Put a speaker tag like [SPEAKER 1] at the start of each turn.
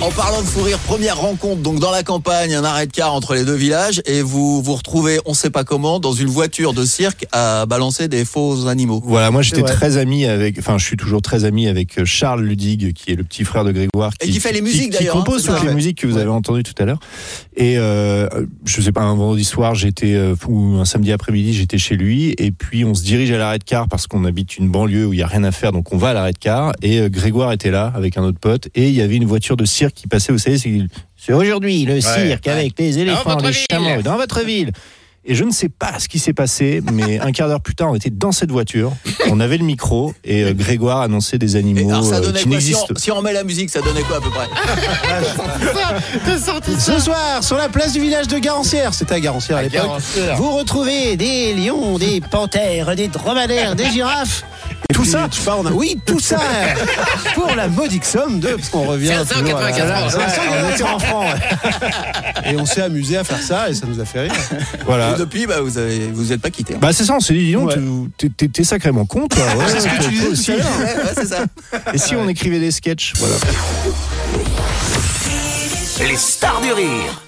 [SPEAKER 1] En parlant de fou rire, première rencontre donc dans la campagne, un arrêt de car entre les deux villages et vous vous retrouvez, on sait pas comment, dans une voiture de cirque à balancer des faux animaux.
[SPEAKER 2] Voilà, moi j'étais très ami avec, enfin je suis toujours très ami avec euh, Charles Ludig, qui est le petit frère de Grégoire.
[SPEAKER 1] Et qui fait les musiques,
[SPEAKER 2] qui-
[SPEAKER 1] d'ailleurs,
[SPEAKER 2] Qui
[SPEAKER 1] hein,
[SPEAKER 2] compose
[SPEAKER 1] c'est ça,
[SPEAKER 2] toutes les
[SPEAKER 1] ouais.
[SPEAKER 2] musiques que vous avez entendues tout à l'heure. Et euh, je sais pas, un vendredi soir, j'étais, euh, ou un samedi après-midi, j'étais chez lui. Et puis on se dirige à l'arrêt de car parce qu'on habite une banlieue où il y a rien à faire, donc on va à l'arrêt de car. Et euh, Grégoire était là avec un autre pote. Et il y avait une voiture de cirque qui passait, vous savez, c'est c'est aujourd'hui le cirque avec les éléphants, les chameaux, dans votre ville. Et je ne sais pas ce qui s'est passé, mais un quart d'heure plus tard, on était dans cette voiture, on avait le micro, et euh, Grégoire annonçait des
[SPEAKER 1] Et
[SPEAKER 2] animaux
[SPEAKER 1] alors ça
[SPEAKER 2] euh,
[SPEAKER 1] donnait
[SPEAKER 2] qui
[SPEAKER 1] quoi si
[SPEAKER 2] n'existent
[SPEAKER 1] on, si on met la musique, ça donnait quoi à peu près
[SPEAKER 3] Ce soir, sur la place du village de Garancière, c'était à Garancière à l'époque, vous retrouvez des lions, des panthères, des dromadaires, des girafes. Et tout ça Oui, tout ça Pour la modique somme de... Parce qu'on revient toujours à la-
[SPEAKER 4] 595
[SPEAKER 3] à la- on était enfants, ouais. Et on s'est amusé à faire ça et ça nous a fait rire.
[SPEAKER 2] Voilà.
[SPEAKER 1] Et depuis, bah, vous avez, vous êtes pas quitté.
[SPEAKER 2] Ah.
[SPEAKER 1] hein.
[SPEAKER 2] Bah c'est ça, on s'est dit, dis donc,
[SPEAKER 3] Ouais.
[SPEAKER 2] tu- t'es- t'es sacrément con, toi. Ouais, toi aussi.
[SPEAKER 1] c'est ça.
[SPEAKER 2] Et si on écrivait des sketchs, voilà.
[SPEAKER 5] Les stars du rire